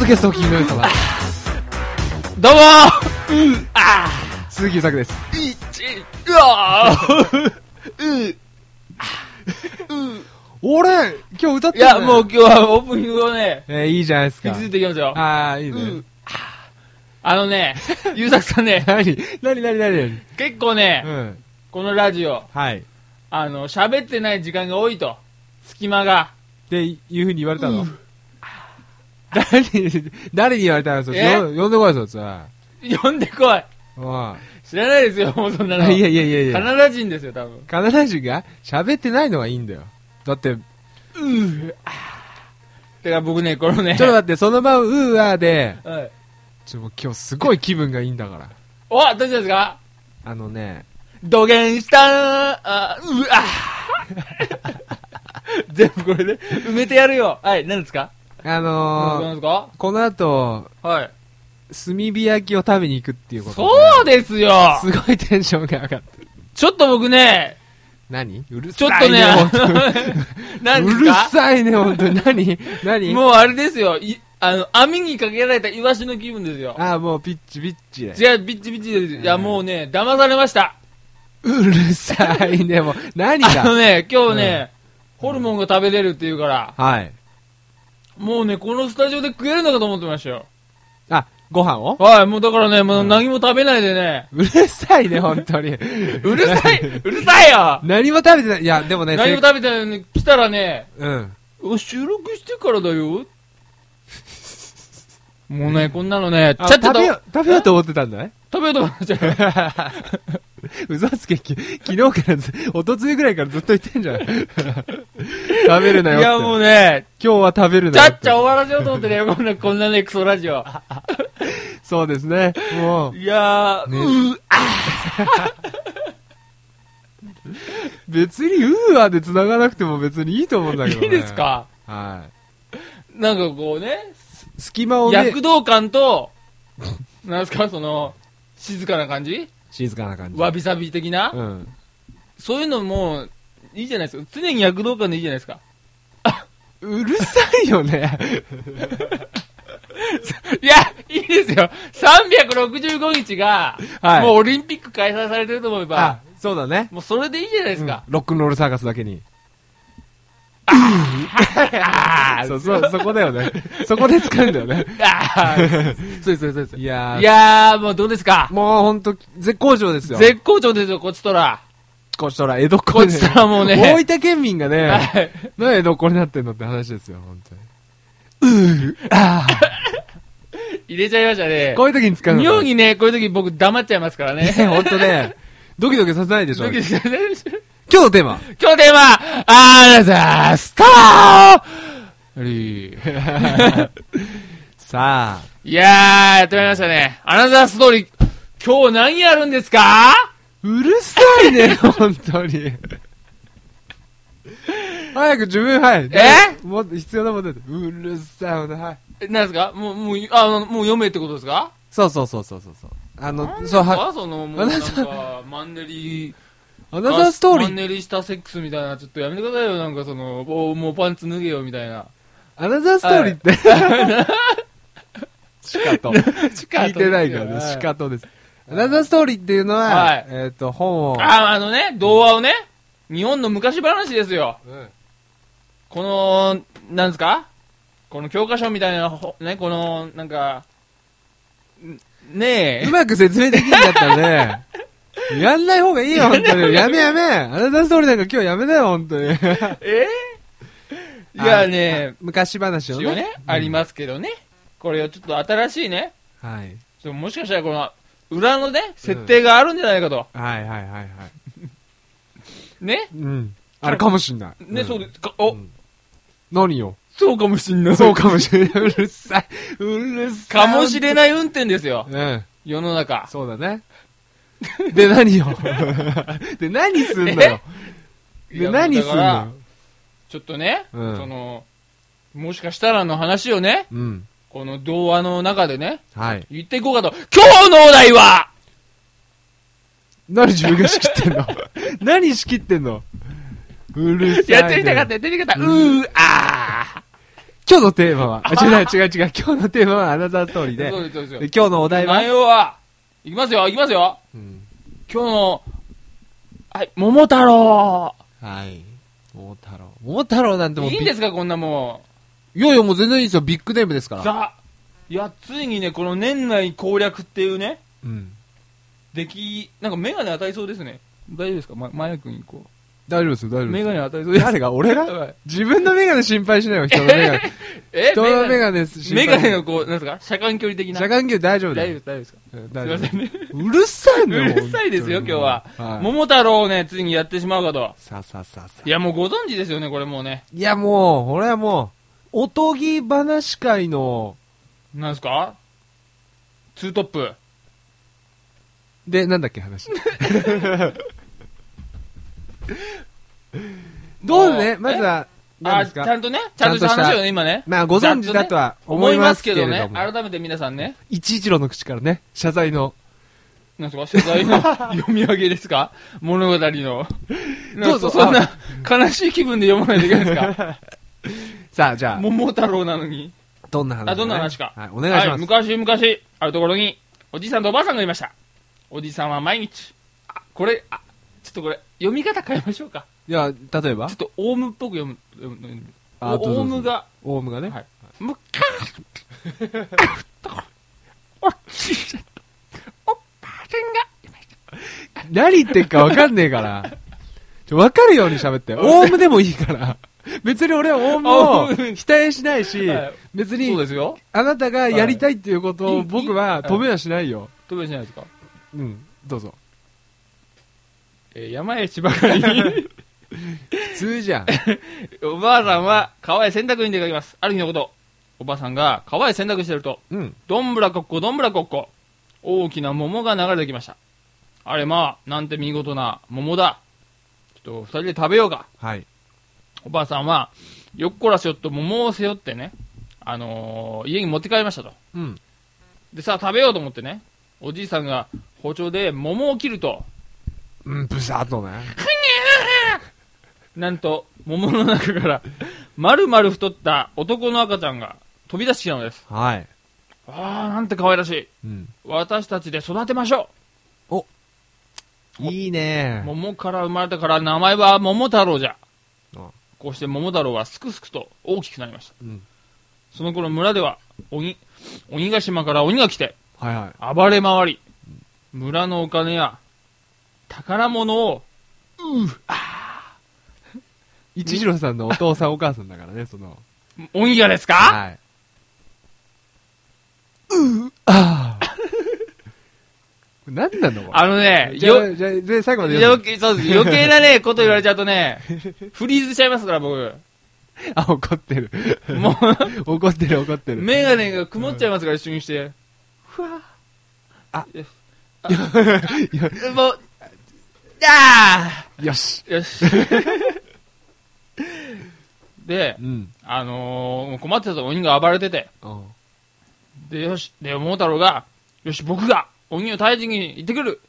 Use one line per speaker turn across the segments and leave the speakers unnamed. ドキャストを聞いて 様
どうも
鈴木優作です。
ーいちうわーうい
俺、今日歌ってる、ね、
や、もう、今日はオープニングをね、
えーいいじゃないです
引
か
き。続いていきましょう。
あー、いいね。
うんあ のね、ゆうさくさんね、
何何何何
結構ね、
何うん。
このラジオ、
はい。
あの、喋ってない時間が多いと。隙間が。
っていうふうに言われたの。 誰に、誰に言われたのそれ
え
よ呼んでこいそいつは。
呼んでこい。
うん
知らないですよ、もうそんなの。
いやいやいやい
カ
や。
ナダ人ですよ、多分。
カナダ人が喋ってないのはいいんだよ。だって、
てか僕ね、このね、
ちょっと待って、その場をウーアーで、
はい
ちょ、もう今日すごい気分がいいんだから。
お、どうしたんですか
あのね、
土下したあ、う わ全部これで埋めてやるよ。はい、何ですか
あ
何
の
ですか
ー、この後、
はい。
炭火焼きを食べに行くっていうことで
そうですよ
すごいテンションが上がった。
ちょっと僕ね、
何うる
ち
さ
ょ
いね。
っとね、あ
本当に
の 何で
うる
すか
さいね、本当に。何何
もうあれですよ、いあの、網にかけられたイワシの気分ですよ。
ああ、もうピッチピッチで。
違う、ビッチビッチです。いや、もうね、騙されました。
うるさいね、もう。何
あ の
が
ね、今日ね、ホルモンが食べれるっていうから、
はい。
もうね、このスタジオで食えるのかと思ってましたよ。
あ、ご飯を
はい、もうだからね、もううん何も食べない でね、
うるさいね、本当に。う、
うるさいうるさいよ
何も食べてない。いや、でもね、
何も
せ
食べてないのに来たらね、
うん。
お収録してからだ よ。もうね、こんなのね、ち
あ
ゃっと
食べよう、食べようと思ってたんだ ね。
食べようと思っちゃう。
嘘つけ、き昨日からず、おとついぐらいからずっと言ってんじゃん。食べるなよっ
い
て。
やもうね、
今日は食べる
ち
な
ゃ
よ
っちゃ終わらせようと思ってね、こ んな、こんなね、クソラ ジオ。
そうですね。もう、
いやー、
ね
うーあ
別にウーアーで繋がなくても別にいいと思うんだけど、ね。
いいですか
は
なんかこうね、
い。隙間をね
躍、動感と、なんすか、その、静かな感じ
静かな感じ。
わびさび的な、
うん。
そういうのも、いいじゃないですか。常に躍動感でいいじゃないです か。
うるさいよ ね。
いや、いいですよ。365日が、
はい
もうオリンピック開催されてると思えば
あ、、そうだね。
もうそれでいいじゃないですか。
ロックンロールサーカスだけに。
あー
そう、そう、そこだよね。 そこで使うんだよね。
あーそうです、そうです、そうです。
いやー
い、やー、もうどうですか
もうほんと、絶好調ですよ。
絶好調ですよ、こっちとら。
好調ら、江戸っ子
こっ
で
ちとらもうね。
大分県民が ね、
はい
なんで江戸っ子になってんのって話ですよ、本当に。
入れちゃいましたね
こ。ういう時に使うの。
妙にね、こういう時僕黙っちゃいますからね。
ね、ほんとね、ドキドキさせないでしょ。
ド
今
キド
日
キしてね
のテーマ。
今日のテーマ、あーざースターリ ー
さあ、
いやー、やってまいりましたね。アナザーストーリー、今日何やるんですか
うるさい ね、本当に。早く自分、はい。
え
もっと必要なものだって。うるさいほど、はい。
えなんですかもう、もう、あの、もう読めってことですか
そうそうそうそうそうそう。あ
なん
の、
です
そう、
か
は、
その、もうなんか、マンネリ、
アナザーストーリ
マン
ー、
ネリしたセックスみたいな、ちょっとやめてくださいよ、なんかその、もうもうパンツ脱げよ、みたいな。
アナザーストーリーって、シカト。聞
聞
いてないからね、シカトです。アナザーストーリーっていうの
は、
はいえっと、本を、
あ、あのね、童話をね、日本の昔話ですよ。この、なんですかこの教科書みたいな、ほね、この、なんか、んね
うまく説明できなかった ね。やんない方がいいよ、本当に。やめやめ。アナザーストーリーなんか今日やめなよ、本当に。
え。えいやね、
昔話
一
をね。
応ね、ありますけどね。これをちょっと新しいね、
はい。
ちょっともしかしたらこの、裏のね、設定があるんじゃないかと。
はいはいはいはい。
ね
うん。あれかもしんない。
ね、
うん
そうですか。お、
うん何よ。
そうかもしんない。
そうかもしれない。うるさい。うるさ
か
い。
もしれない運転ですよ。
うん。
世の中。
そうだ ね。で、何よ。 で、何すんのよ。
い
で、
や
何すん
だから
の
ちょっとね、
うん
その、もしかしたらの話をね、
うん。
この童話の中でね、
はい。
言っていこうかと。今日のお 題は
何自分が仕切って んの何仕切ってんのうるさい。
やってみたかった、やってみたかった。うー、あ
今日のテーマは、あ違う違う違 う、今日のテーマはアナザーストーリーで、
そうですそうです
で今日のお題は
内、容は、いきますよ、いきますよ。
うん
今日の、はい、桃太郎。
はい。桃太郎。桃太郎なんてもう
い
ビ
いんですか、こんなも
いやいや、もう全然いいですよ。ビッグネームですから。
う。ザ。いや、ついにね、この年内攻略っていうね、
うん。
でき、なんかメガネ当たりそうですね。大丈夫ですか、ま、マヤ君にこ
大丈夫ですよ、大丈
う。
夫
メ
で
ガネ当たりそ
す。
うです。
誰が俺が
はい
自分のメガネ心配しないよ、人のメガ ネ。
え
人のメガネ心
メ
配。
ガネのこう、なんですか車間距離的な。
社会級大丈夫
大
だ
丈夫で
よ。
す、大丈夫で
うん大丈夫。
すか。すいませんね。
うるさいんだよ、
うるさいですよ
本当に
今日は。
はい
桃太郎をね、ついにやってしまうかと。
さあさあさあさあ
い。や、もうご存知ですよね、これもうね。
いや、もう、俺はもう、おとぎ話会の、
なんですかツートップ。
で、なんだっけ、 話。どうね、まずは、何
あ、
です
ち
か
ゃんとね、ちゃんとした話よね、今ね。
まあ、ご存知だとは思
思
い
い
ま
ますす
け
け
れ
ど
ど
ね、
も。
改めて皆さんね、
一一郎の口からね、謝罪の。
なんですか、謝 罪の読み上げですか物語の。
どうぞ
なんかそんな、悲しい気分で読まないといけないですか
さあ、じゃ
桃太郎なのに。
あ、どんな話
あどんな話か
はい、お願いし
は
ま
い、
す。
昔々、あるところに、おじいさんとおばあさんがいました。おじいさんは毎日、あ、これ、あ、ちょっとこれ、読み方変えましょうか。
いや、例えば
ちょっと、オウムっぽく読む、読む読む
あどうぞどうぞ
オウムが、
オウムがね。
はい。むかーおじいさんとおばあさんがいました、
何言ってんかわかんねえから。ちょわかるように喋 って。オウムでもいいから。別に俺はオウム
オウ
を
ム
否定しないし
はい、
別
そう
に
ですよ。
あなたがやりたいっていうこと
は
を
い
僕はい
い
止めはしないよ。
飛び出しないですか。
うん、どうぞ。
えー山へばかり
普通じゃん。
おばあさんは川へ洗濯に出かけます。ある日のこと、おばあさんが川へ洗濯してると、
うん。
どんぶらこっこどんぶらこっこ大きな桃が流れてきましたあれまあなんて見事な桃だちょっと二人で食べようか
はい。
おばあさんはよっこらしょっと桃を背負ってねあのー家に持って帰りましたと
うん。
でさあ食べようと思ってねおじいさんが包丁で桃を切ると
うん、ブサーっとね。
なんと桃の中から 丸々太った男の赤ちゃんが飛び出してきたのです
はい。
ああなんて可愛らしい
うん。
私たちで育てましょう
いいね
桃から生まれたから名前は桃太郎じゃ
あ
こうして桃太郎はすくすくと大きくなりました
うん。
その頃村では鬼鬼ヶ島から鬼が来て
はいはい。
暴れ回り村のお金や宝物を
一次郎さんのお父さんお母さんだからね、その。
鬼がですか
はい。うー、 ああ。これ何なのこれ
あのね
じゃ
よ
あ、じゃあ、ぜ最後まで読ん
余計そうです余計なねこと言われちゃうとねフリーズしちゃいますか ら僕
であ、怒って る。
も
怒ってる、怒って
う
る。
メガネが曇っちゃいますから一瞬にしてふわ
あ
いやあもうあ
よし。
よし。 で
う、ん。
あのーもう困ってたと鬼が暴れてて、
うん
で、よし、で、桃太郎が、よし、僕が鬼を退治に行ってくる。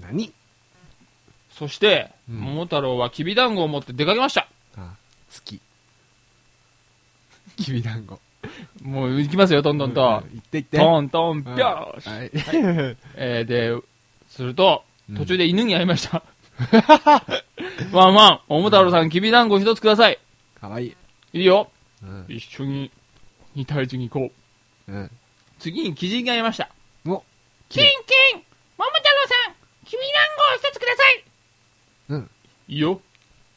何
そして、
うん
桃太郎はきびだんごを持って出かけました。
あ、好 き。きびだんご。
もう行きますよ、トントンと。
うん。行って行って。
トントン、ぴ
う
ょ
ん
ーし。
はい。
えーで、すると
うん、
途中で犬に会いました。 ワンワン、桃太郎さん、きびだんご一つください。
かわいい。
いいよ。
うん。
一緒に、に退治に行こう。
うん。
次にキジンが会いました。
お
キンキン桃太郎さん君団子を一つください
うん。
いいよ。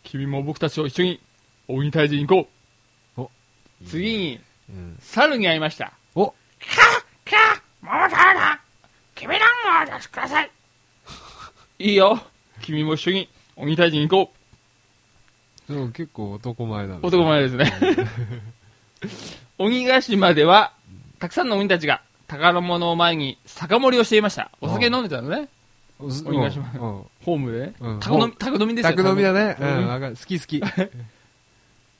君も僕たちと一緒に、鬼退治に行こう。
お
次に、
うん。
猿に会いました。
お
キャー桃太郎さん君団子を一つください いいよ。君も一緒に、鬼退治に行こ
でも結構男前だね。
う。男前ですね。 鬼ヶ島では、たくさんの鬼たちが、宝物を前に酒盛りをしていました。お酒飲んでたのね。
おす。
お願いします
うん。
ホームでね
うん。
宅飲み、宅飲みですよ。
宅飲みだね。う
宅飲み
ん、わかる。好き好き。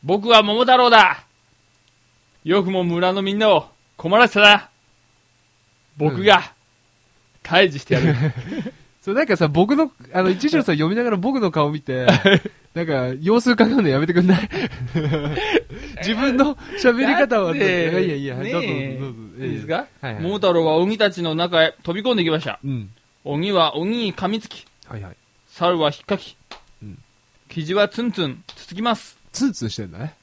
僕は桃太郎だよくも村のみんなを 困らせたな僕が、退治してやる。
そう、なんかさ、僕の、 あの、一条さん読みながら僕の顔見て、なんか、様子伺うのやめてくんない 自分の喋り方は、
だっ
い
て
やいやいや、
ね
どうぞ
え
どうぞ。
いいですか、
はいはい
桃太郎は鬼たちの中へ飛び込んでいきました。
うん。
鬼は鬼に噛みつき、
はいはい。
猿は引っかき、
うん
キジはツンツン、つつきます。
ツンツンしてんだね。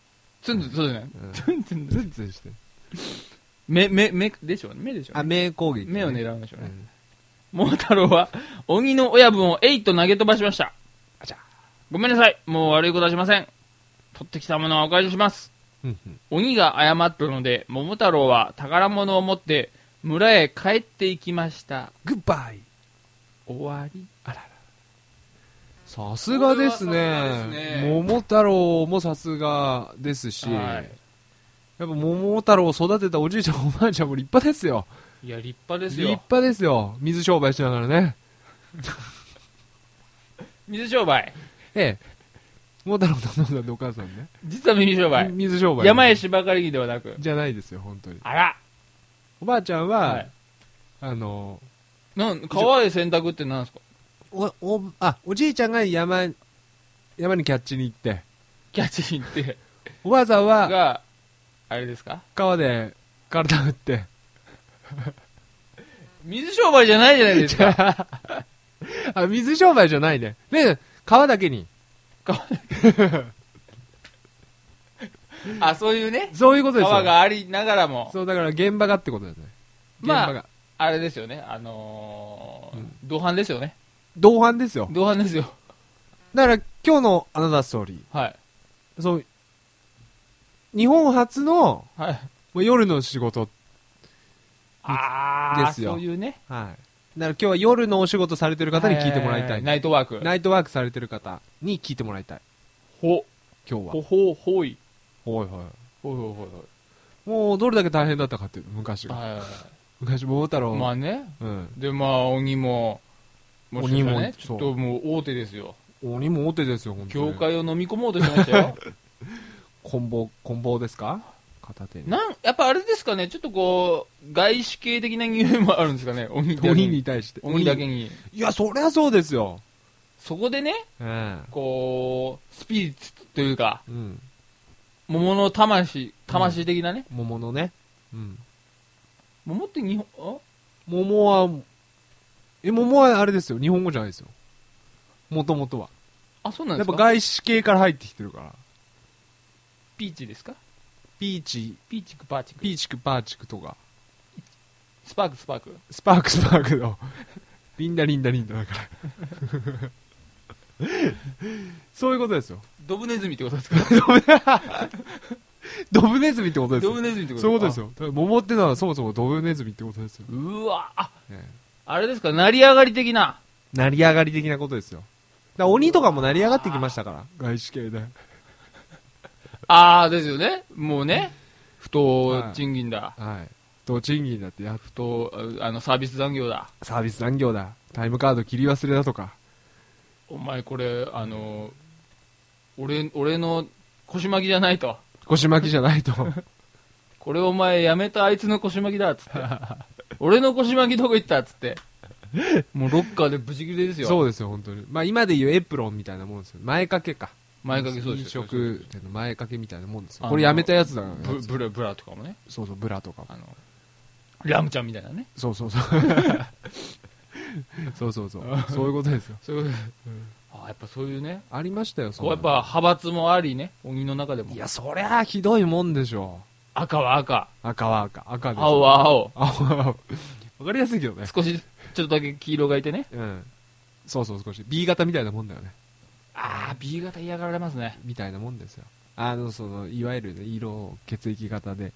ツンツン、そうじゃない、
うん
ツンツン、
ツンツンしてん
目、目、目でしょうね。目でしょうね、
あ、名攻撃、
目を狙うんでしょう
う
ね。
ん。
桃太郎は鬼の親分をえいと投げ飛ばしました。
あちゃ。
ごめんなさい。もう悪いことはしません。取ってきたものはお返しします。
うんうん。
鬼が謝ったので、桃太郎は宝物を持って村へ帰っていきました。
グッバイ。
終わり。
さすがです
これはさすがで
ね
す。ね
桃太郎もさすがですし、
は
やっ
い
ぱ桃太郎を育てたおじいちゃんおばあちゃんも立派ですよ。
いや、立派です
立
よ。
派ですよ。水商売しながらね。
水商売。
ええ。桃太郎とお父さんのお母さんね。
実は水商売。
水商売。
山へ芝刈り機ではなく。
じゃないですよ、本当に。
あら。
おばあちゃんは、
はい
あの、
なん、川へ洗濯ってなんですか
お、お、あ、おじいちゃんが山、山にキャッチに行って、
キャッチに行って。
おばあさんは
が、あれですか
川で体打って、
水商売じゃないじゃないですか。
あ、水商売じゃないね。ね、川だけに。
あ、そういうね。
そういうことですよ。
川がありながらも、
そう、だから現場がってことだよね。現場
まあ
が。
あれですよね。あのー
うん
同伴ですよね。
同伴ですよ。
同伴ですよ。
だから今日のアナザーストーリ
はい。
ー。そう、日本初の
はい。
もう夜の仕事。
あー
ですよ
そういうね。
はい。だから今日は夜のお仕事されてる方に聞いてもらいた
え
い。
ーナイトワーク。
ナイトワークされてる方に聞いてもらいたい。
ほ、
今日
ほ
は。
ほ、ほい。
おいは
ほいほいほいほ
い。もうどれだけ大変だったかっていう、昔
い。
が。
は
昔、桃太郎。
い。まあね。
うん。
で、まあ、鬼も、もしかしたら
鬼も
ね、ちょっともう大手ですよ。
鬼も大手ですよ、本当
業
に。
界を飲み込もうとしまし たよ。
こん棒、こん棒ですか片手に。
なん、やっぱあれですかね、ちょっとこう、外資系的な匂いもあるんですかね、 鬼だけ
鬼
に。
に対して。
鬼だけに。
いや、そりゃそうですよ。
そこでね、
うん。
こう、スピリッツというか、
うん。
桃の魂、魂的なね。
桃のね。うん。
桃って日本、
桃は、え、桃はあれですよ。日本語じゃないですよ。もともとは。
あ、あそうなん
や
で
っ
す
ぱ
か
外資系から入ってきてるから。
ピーチですか
ピーチ、
ピーチクパーチク。
ピーチクパーチクとか、
スパークスパーク。
スパークスパークの、 リンダリンダリンダだから。 そういうことですよ。
ドブネズミってことですか
ドブネズミってことです
ド
よ
ブ。ネズミってこと
そういうことですよ。だから桃ってのはそもそもドブネズミってことですよ。
あうわあ、
ええ
あれですか、成り上がり的な。
成り上がり的なことですよ。だから鬼とかも成り上がってきましたから。外資系で。
あー、ですよね。もうね、不
は
当
い
賃金だ。
はい。と、賃金だってやっ
不当、あの、サービス残業だ。
サービス残業だ。タイムカード切り忘れだとか。
お前これ、あの、俺、俺の腰巻きじゃないと。
腰巻きじゃない と。
これお前やめたあいつの腰巻きだ、つ って。俺の腰巻きどこ行った、つって。もうロッカーでブチ切れですよ。
そうですよ、本当に。まあ今で言うエプロンみたいなもんですよ。前掛けか。
前掛けそうですよ。
飲食店の前掛けみたいなもんです
あ
よ。
の
これやめたやつだから
ブブラ、ブラとかもね。
そうそう、ブラとかも。
あの、ラムちゃんみたいなね。
そうそうそう。 そうそうそう。そういうことですよ。
そういうことであやっぱそういうね。
ありましたよ、そ
こうんや
なの
っぱ。派閥もありね。鬼の中でも
い。や、そりゃあひどいもんでしょ
赤は赤、
う。赤は赤。赤ですよ。
青は青。
青は青。わかりやすいけどね。
少し、ちょっとだけ黄色がいてね。
うん。そうそう、少し。B 型みたいなもんだよね。
あー、B 型嫌がられますね。
みたいなもんですよ。あの、その、いわゆるね、色、血液型で、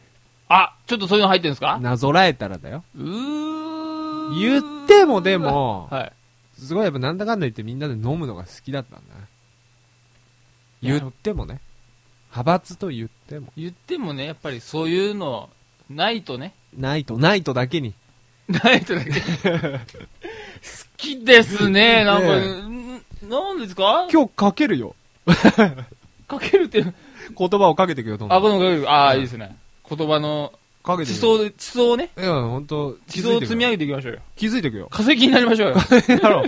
あ、ちょっとそういうの入ってるんですか
なぞらえたらだよ。
うー
言ってもでも、
はい。
すごいやっぱなんだかんだ言ってみんなで飲むのが好きだったんだね。
いや
言ってもね。派閥と言っても。
言ってもね、やっぱりそういうの、ないとね。
ないと、ないとだけに。
ないとだけ。好きですね、なんか、
ねえ
うんなんですか
今日かけるよ。
かけるって、
言葉をかけてくよ、どんど
あ、
ん。
このかける。ああ、
うん
いいですね。言葉の
かけて
地
みよう。
層、地層をね、
いや、本当
地層を積み
げ
上げていきましょうよ。
気づいてくよ。
化石になりましょうよ。
やろ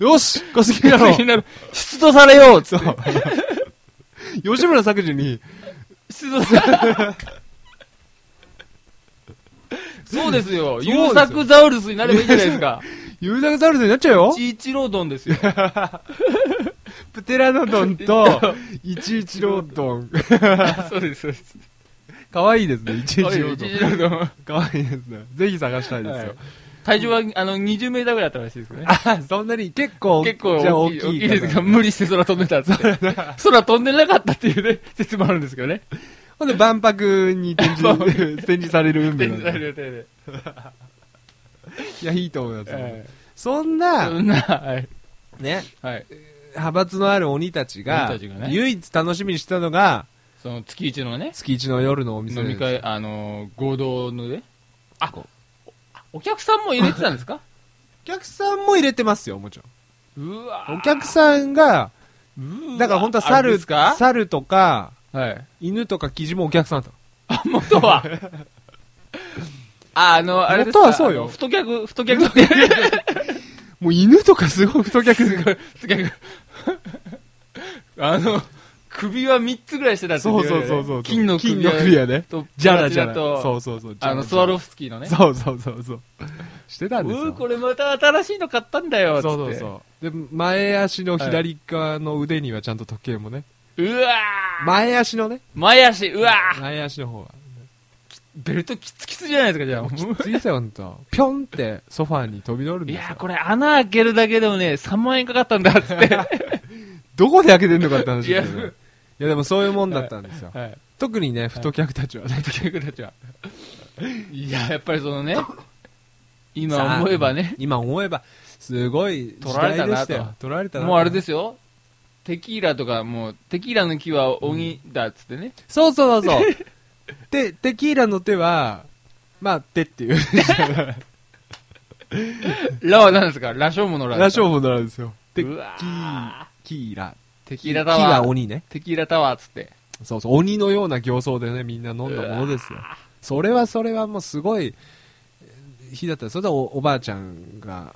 う。よし化石や
化
ろう
石になる。出土されようつって。
吉村作治に、
出 土さそうです
そう
よ。
ですよ
ユーサクザウルスになればいいじゃないです か。
ユーダグザウルスになっちゃうよ
チーチロードンですよ。
プテラノドン と、イチイチロードン。
そうです、そうです。
かわいいですね、イチイ
はい
チロ
チ
ー
ー
ド
チ
ン。
ロードン。
かわいいですね。ぜひ探したいです
はい
よ。
体重は、あの、20メーターぐらいあったらしいですね。
あ、そんなに結構、
結構
じゃあ
大
大
き
き
い
い。
大きいですが、無理して空飛んでたっつって。 空飛んでなかったっていうね、説もあるんですけどね。
ほんで、万博に展 示、展示される運命
天
なん
才
で。
の予定で。
いや、いいと思いますよ。
え
そん
え
な
そ、んな、はい。
ね、
はい。
派閥のある鬼たちが
鬼たちがね、
唯一楽しみにしてたのが、
その月一のね、
月一の夜のお店
飲み会、あのー、合同のね。あ、おお客さんも入れてたんですか
お客さんも入れてますよ、もちろ
うわ
ん。お客さんが、
ん
だから本当は
あれ
猿
です、か
猿とか、
はい。
犬とかキジもお客さんだっ
あ、元はあ、あの、あれですか
元はそうよ
あの太客、太客って。
たもう犬とかすごい太 客
すごい、太客。あの、首は3つぐらいしてたって言
そう
てた
そ
よ
う
ね
そうそう。
金の首
金の首やね。
と、
じゃらじゃら。
と
そうそうそう。
あの、スワ
ロ
ロフスキーのね。
そうそうそうそう。してたんです
うー
よ。
これまた新しいの買ったんだよ、つって。
そうそうそう。で、前足の左側の腕にはちゃんと時計もね。
うわー、
前足のね。
前足、うわー
前足の方は。
ベルトきつきつじゃないですか、じゃあ。
きついですよ、ほんと。ぴょんってソファーに飛び乗るん
い
で
や
す
ー
よ。
これ穴開けるだけでもね、3万円かかったんだ、つって。
どこで開けてんのかって話ですよ
い
ね。
や
いや、でもそういうもんだったんですよ。
はい。
特にね、太客たちはね。
客たちは。いやーやっぱりそ のね、今思えばね、
今思えば、すごい時
取ら
代
れ
で
たな
し
と
たよ。取られたなと
もうあれですよ。テキーラとか、もう、テキーラの木は鬼だっつってね。
そうそうそうそう。 で、テキーラの手は、まあ、手 っていう。
ラは何ですかラショウモのラ。
ラショウモなんですよ。で、キ
うわー
ー、キーラ。
テ
キ
キー
ー
ラタ
ラ
ワー。
鬼ね。
テキーラタワーっつって。
そうそう、鬼のような形相でね、みんな飲んだものですよ。それはそれはもうすごい、日だったら、それはおおばあちゃん が、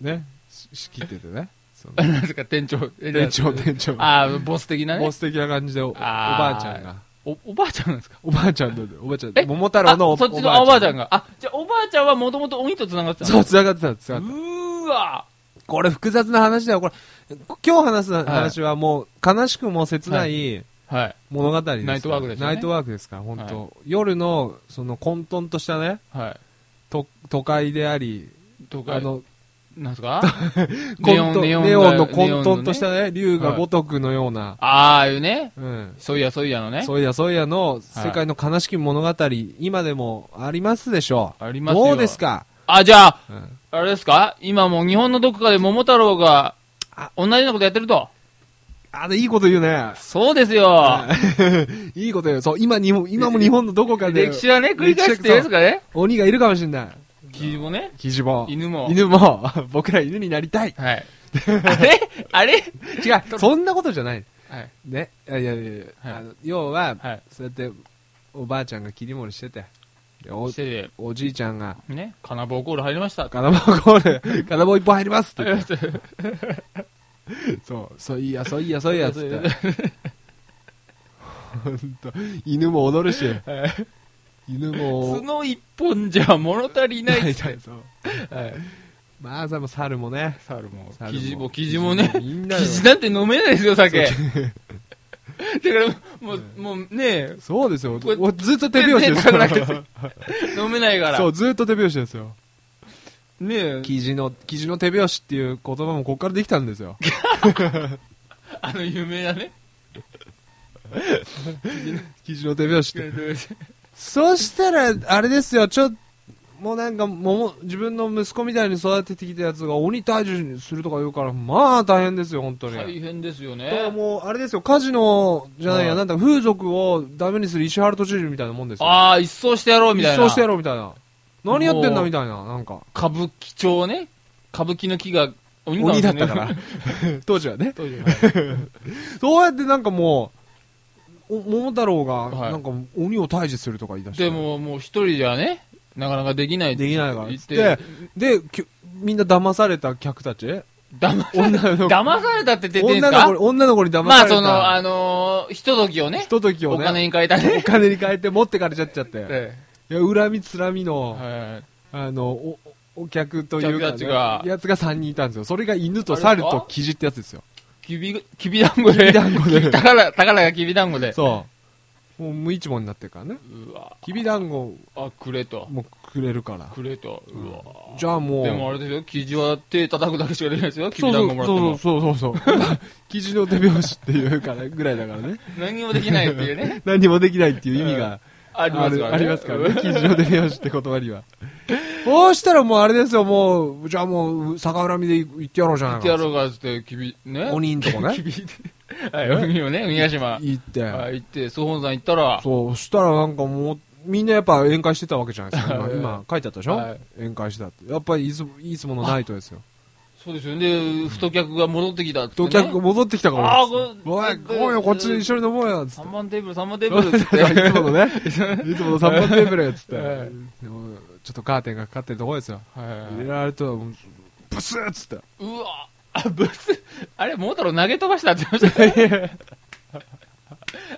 ね、し仕切っててね。その
何ですか店長。
店長、店長。
ああ、ボス的なね
ボ。ス的な感じでお、お
あー
ばあちゃんが。
お、おばあちゃんなんですか
おばあちゃんの、おばあちゃん
え、
桃太郎のお
あそっちのあおばあちゃん
が。
が。あ、じゃあおばあちゃんはもともと鬼と繋がってたの
そう、繋がってた、繋
う
がって
ーわ
た。これ複雑な話だよ、これ。今日話す話はもう、悲しくも切ない、
はい。
物語ですから
ナイトワークですよね
ナイトワークですから、本当、
は
夜の、その混沌としたね、
は
と都会であり、
い。とか、
あの、
なんで すか
混
ネオン
沌
ネオンだ
ネオンの混沌とし
ネオンのね
たね、竜が如くのような、
ああいうね。
うん。
そういやそういやのね。
そういやそういやの世界の悲しき物語、今でもありますでしょう。
ありますよ
どうですか、
あ、じゃあ、
うん
あれですか今もう日本のどこかで桃太郎が
あ、
同じようなことやってると。
あの、いいこと言うね。
そうですよ。
いいこと言う。そう、今日本、今も日本のどこかで
歴史はね、繰り返すって言うんですかね。
鬼がいるかもしれない。
君もね、
キジも。
犬も。
犬も、 僕ら犬になりたい。
はい。あれあれ
違 う、そんなことじゃない。
はい。
ね、いやいやいや、
はい
あの要は、
はい。
そうやっておばあちゃんが切り盛りしててでお
して
おじいちゃんが
て、ね、金棒コール入りまし
「
た。
金棒コー ル金棒一本入ります」って言って そう「そういやそういやそういや」っつって本当犬も踊るし犬も
角一本じゃ物足りないっ
み
す
たい
ね
な そう
はい。
まあさも猿もね
猿も。
猿
キジも、キジもね。
みんな
キ
で
ジなんて飲めないですよ、酒。だから、もう、もうね、
そうですよ
これ
おずっと手拍子で
手拍子です
すよ
飲めないから。
そうずっと手拍子ですよ
ね
キジのキジの手拍子っていう言葉もここからできたんです よ
あの、有名なね。
キジの手拍子って そうしたら、あれですよ、ちょっもうなんか、もも、自分の息子みたいに育ててきたやつが鬼退治にするとか言うから、まあ大変ですよ、本当に。
大変ですよ
だから
ね。
もう、あれですよ、カジノじゃないや、
はい
なんだ、風俗をダメにする石原都知事みたいなもんですよ。
ああ、一掃してやろうみたいな。
一掃してやろうみたいな。何やってん
も
だ
う
みたいな、なんか。
歌舞伎町ね。歌舞伎の木が鬼
鬼だ
かもしれ
っ
な
た
い
から。当時はね。
当時はね
そうやってなんかもう、お桃太郎が、
はい
なんか鬼を退治するとか言い出して。
でも、もう一人じゃね、なかなかできない
できないからっ
言
つ
っ
って
て、
で、きゅみんな騙された客たち
だま、
女の子。
騙されたって出てんす
女の
か
子に、女の子に騙
ま
さ
あ、
れた。
その、あのー、ひとときをね
ひ、とときを
お
ね。
金に変えた
お
ね。
金に変えて持ってかれちゃっちゃって。
え
いや、恨みつらみ
え
の、
はい
あの、お、お客というか、
客たちが
やつが3人いたんですよ。それが犬と猿とキジってやつですよ。
きび、きびだんごで。
きびだんごで
宝、宝がきびだんごで。
そう。もう無一文になってるからね。
うわ
きびだんご
あ、くれと。
もくれるから。
くれと。うわ
じゃあもう。
でもあれですよ、生地は手叩くだけしかできないですよ、き
そう
びだ
そう
んごもらって
そう
も。
そうそうそう。 キジの手拍子っていうから、ぐらいだからね。
何もできないっていうね。
何にもできないっていう意味が
あ
あ
ります
る
からね。
ありますから ね。キジの手拍子って言葉に は。そうしたらもうあれですよ、もう、じゃあもう、逆恨みで行ってやろうじゃ
行
な
っ
い
てや
か。
ろうかっつって、きび、ね。
鬼んとこね
き びはい、海をね、海ヶ島。
行って。
はい、行って、総本山行ったら、
そう、したらなんかもう、みんなやっぱ宴会してたわけじゃないですか。今
はい
今書いてあったでしょ、
はい
宴会してたって。やっぱりいつも、いつものナイトですよ。
そうですよね。で、太客が戻ってきたっつって、ね。
お客戻ってきたから。
あーこ
おい、来いよ、こっちで一緒に飲もうよ、つって
3。番テーブル、3番テー
そう
ブルっつって。
いつものね、 いつもの三番テーブルやつって、
え
でもちょっとカーテンがかかってるとこですよ。入れ
は
られると、もうブスーっつっ
い、うわあ、ブス、あれ、桃太郎投げ飛ばしたって言ってました。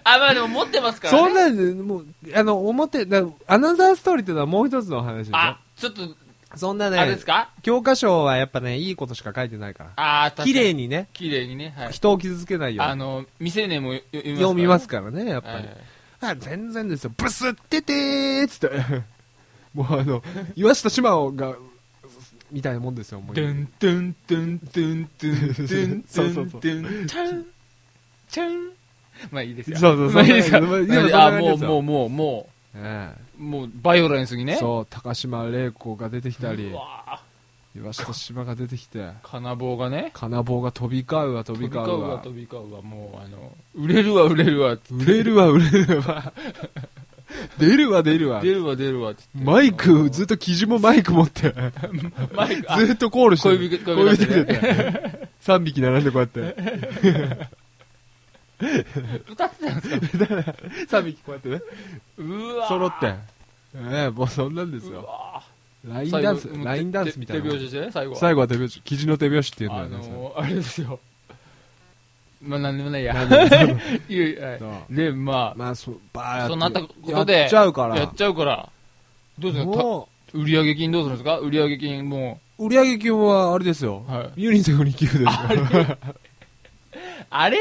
あ、まあでも持ってます
て。
からね。
そんなんで、もう、あの、表、だアナザーストーリーっていうのはもう一つの話でし
あ、ちょっと、
ょ。そんな
あれで
ね
す、か
教科書はやっぱね、いいことしか書いてないから。
あー、
綺麗
に。
にね、
綺麗にね、はい。
人を傷つけないように
あの、未成年もよ読
読みます
か
からね、やっ
ら
ぱ
ね
り。あ全然ですよ。ブスっててーっつって。 もうあの、岩下志麻が、みたいなもんですよ、もう。
ドゥンドゥンドゥンドゥンドゥンドゥン
そうそうそう
ドゥンチャンチャンまあいいですよ。
そうそうそう
まあいいですか
まあでもそんな
あ、
感じ
も
で
う、
すよ
もう、もう、も
え
う、もう、バイオレンスに
え
ね。
そう、高島玲子が出てきたり
う、わ
岩下志麻が出てきて、
ぁ金棒がね。
金棒が飛び交うわ、飛び
飛び
交う
交うわ、
わ
飛。び交うわ、もう、あの、売れるわ、売れるわ、
売れるわ、売れるわ。出るわ、出るわ
出。るわ、出るわ、つって
マイク、ずっと、記事もマイク持って、
マイク、あ
ずっとコールしてる
恋人
恋
恋
人
人
来
来
て
て
て。3匹並んでこうやって。
歌ってたんですか
3匹こうやってね。
うわぁ
揃って。ええ、もうそんなんです
う
よ。
わ
ライ
ぁ
ンダンス
最後、
ラインダンスみたい
手
な
拍。子してね、最後は。
最後は手拍子、記事の手拍子っていうんだ
あ
よね。
のー、あれですよ。まあ、なんで もないや。いやはい
それそう
で、ま
まあ、そう、ばーって
そうなったことで
やっちゃうか
あ、
ら。
やっちゃうから、どうするの
も
た売上金どうするんですか売上金も
う、売上金はあれですよ
う、。はい。
ユニセフに寄付ですよ。
あれ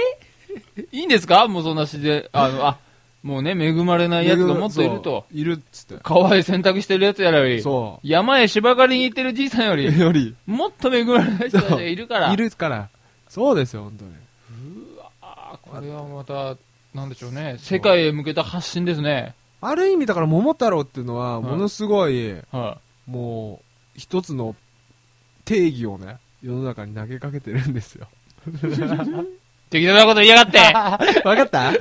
いいんですかもうそんな自然、あの、あ、もうね、恵まれないやつがもっといると
そ。う。いるっつっ
川へ洗濯してるやつやらよ
て。
り、
そ
山へ芝刈りに行ってるじいさんよ
う。
り、
より、
もっと恵まれない人たちがいるから。
いるから。そうですよ、本当に。
あこれはまた、なんでしょうね。世界へ向けた発信ですね。
ある意味、だから、桃太郎っていうのは、
い
ものすごい、
は
もう、一つの定義をね、世の中に投げかけてるんですよ。
い。適当なこと言いやがって
わかったわ かっ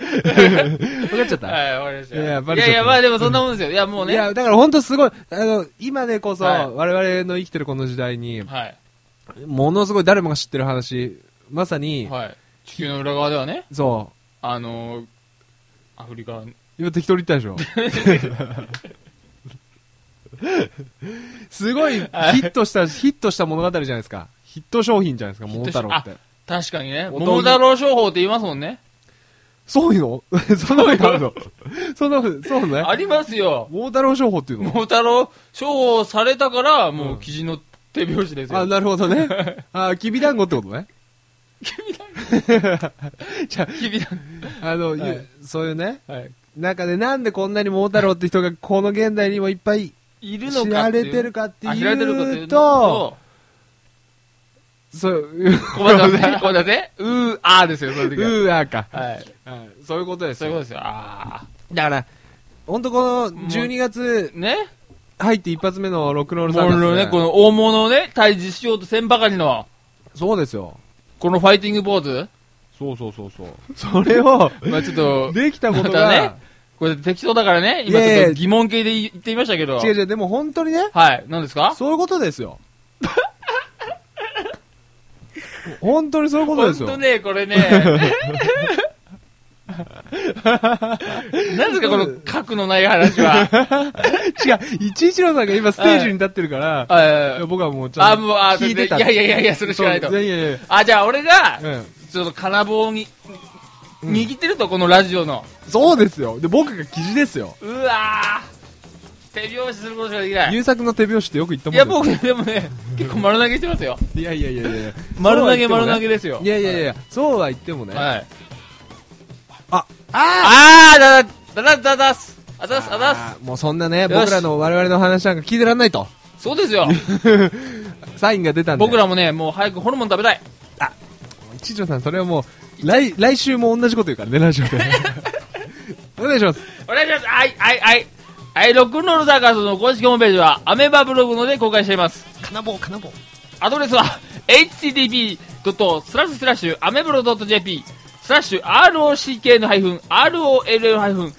ちゃった
はい、わかりました。
いやいやバ
い
レちゃった
やいや、まあでもそんなもんですよ。いや、もう
い
ね。
や、だから本当すごい、あの、今でこそ、
はい
我々の生きてるこの時代に、
はい。
ものすごい誰もが知ってる話、まさに、
はい。地球の裏側ではね、
そ
あのー、アフリカ、
う、今適当に言ったでし ょ。すごいヒットした、ヒットした物語じゃないですか。ヒット商品じゃないですか、桃太郎って。
確かにね、
おとぎ
桃太郎商法って言いますもんね。
そういうの そんなことある のそんなこと、そうね。
ありますよ。
桃太郎商法っていうの
桃太郎商法されたから、も
うん
う、記事の手拍子です
あ、
よ。
なるほど ね。あ、きびだんごってことね。
きびだん
あの、
はい
ゆそういうね、
はい。
中でなんでこんなに桃太郎って人がこの現代にもいっぱい
いるのかって
知
いう。
られてるかって
あ知られてるかって
い
いうう
と、
と、
そう、
ごめんなさい、ごめんなさい。うー、あーですよ、その
う
時は。
ーあーか。
はい。
そういうことです
そういうことですよ。あ
だから、ほんとこの12月
ー。ね
入って一発目のロックロールサン
も
ダー
う
です
ね、この大物をね、退治しようとせんばかりの、
そうですよ。
このファイティングポーズ。
そうそうそうそう。それ を、
まあちょっと、
できたこと
また
が
ね、これ適当だからね、今
いやいや
ちょっと疑問系で言ってみましたけど。
違う違う、でも本当にね、
はい、何ですか
そういうことですよ。本当にそういうこと
本
ですよ
当。ね、これね、何ですか、この核のない話は。
違う、一一郎さんが今ステージに立ってるから、
あい
い
やい
や
や
僕はもうちゃ
あ、
んと
もう、あ、
聞いてた。
いやいやいやいや、それしかないと
そう。いやいやいや。
あ、じゃあ俺が、
うん
ちょっと金棒に、握ってると、このラジオの。
そうですよ。で、僕が記事ですよ。
うわぁ。手拍子することしかできない。
優作の手拍子ってよく言ったも
い
んです
や、僕、でもね、結構丸投げしてますよ。
いやいやいやいや。
丸投げ、
そうは言ってもね
丸投げですよ。
いやいやいや、そうは言ってもね。あ
はい。
ああ
あーだだ、だだ、だだっす。あざっす、あざっ
あーもうそんなね、
し
僕らの我々の話なんか聞いてらんない と。
す。そうですよ。
サインが出たんで。
僕らもね、もう早くホルモン食べたい。
一条さん、それはもう、来、来週も同じこと言うからね、ラジ オで。お願いします。
お願いします。はい、はい、はい。はい、ロックンロールサーカスの公式ホームページは、アメーバブログので公開しています。
金棒、金棒。
アドレスは http スラッシュスラッシュアメブロ .jp スラッシュ ROCK のハイフン ROLL ハイフン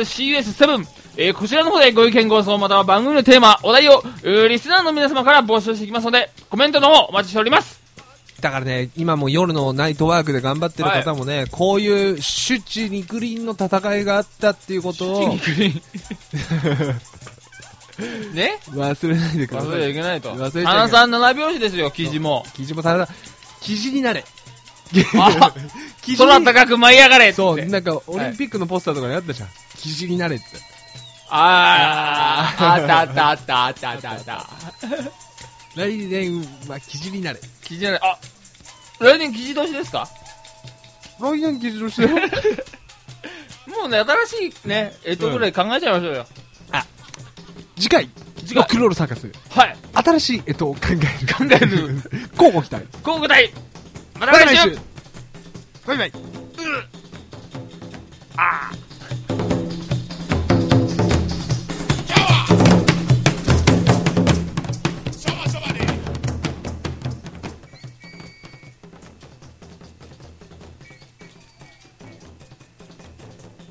CIRCUS7 えーこちらの方でご意見ご相談または番組のテーマお題をえーリスナーの皆様から募集していきますのでコメントの方お待ちしております
だからね、今も夜のナイトワークで頑張ってる方もね、こういうシュチニクリンの戦いがあったっていうことを
ね
忘れないでくだ
忘
さ
れちゃい
い。
けないと
忘れちゃいけない
花さん7拍子ですよ記事も
記事もされた、記事になれ。
あ
記事に
空高く舞い上がれっつ
そ
っ
う、
て
なんかオリンピックのポスターとかにあったじゃん。記事になれって。
あーあったあったあったあったあったあった
来年は記事になれ。
記事じゃないあ来年記事同士ですか
来年記事と してよ。
もうね、新しいね、えっとぐらい考えちゃいましょうよ。
次回、
次
ロ
回
ックンロールサーカス。
はい。
新しい、えっと、考える。考
える。
交互期待。
広告隊また来週
バイバイ。
あー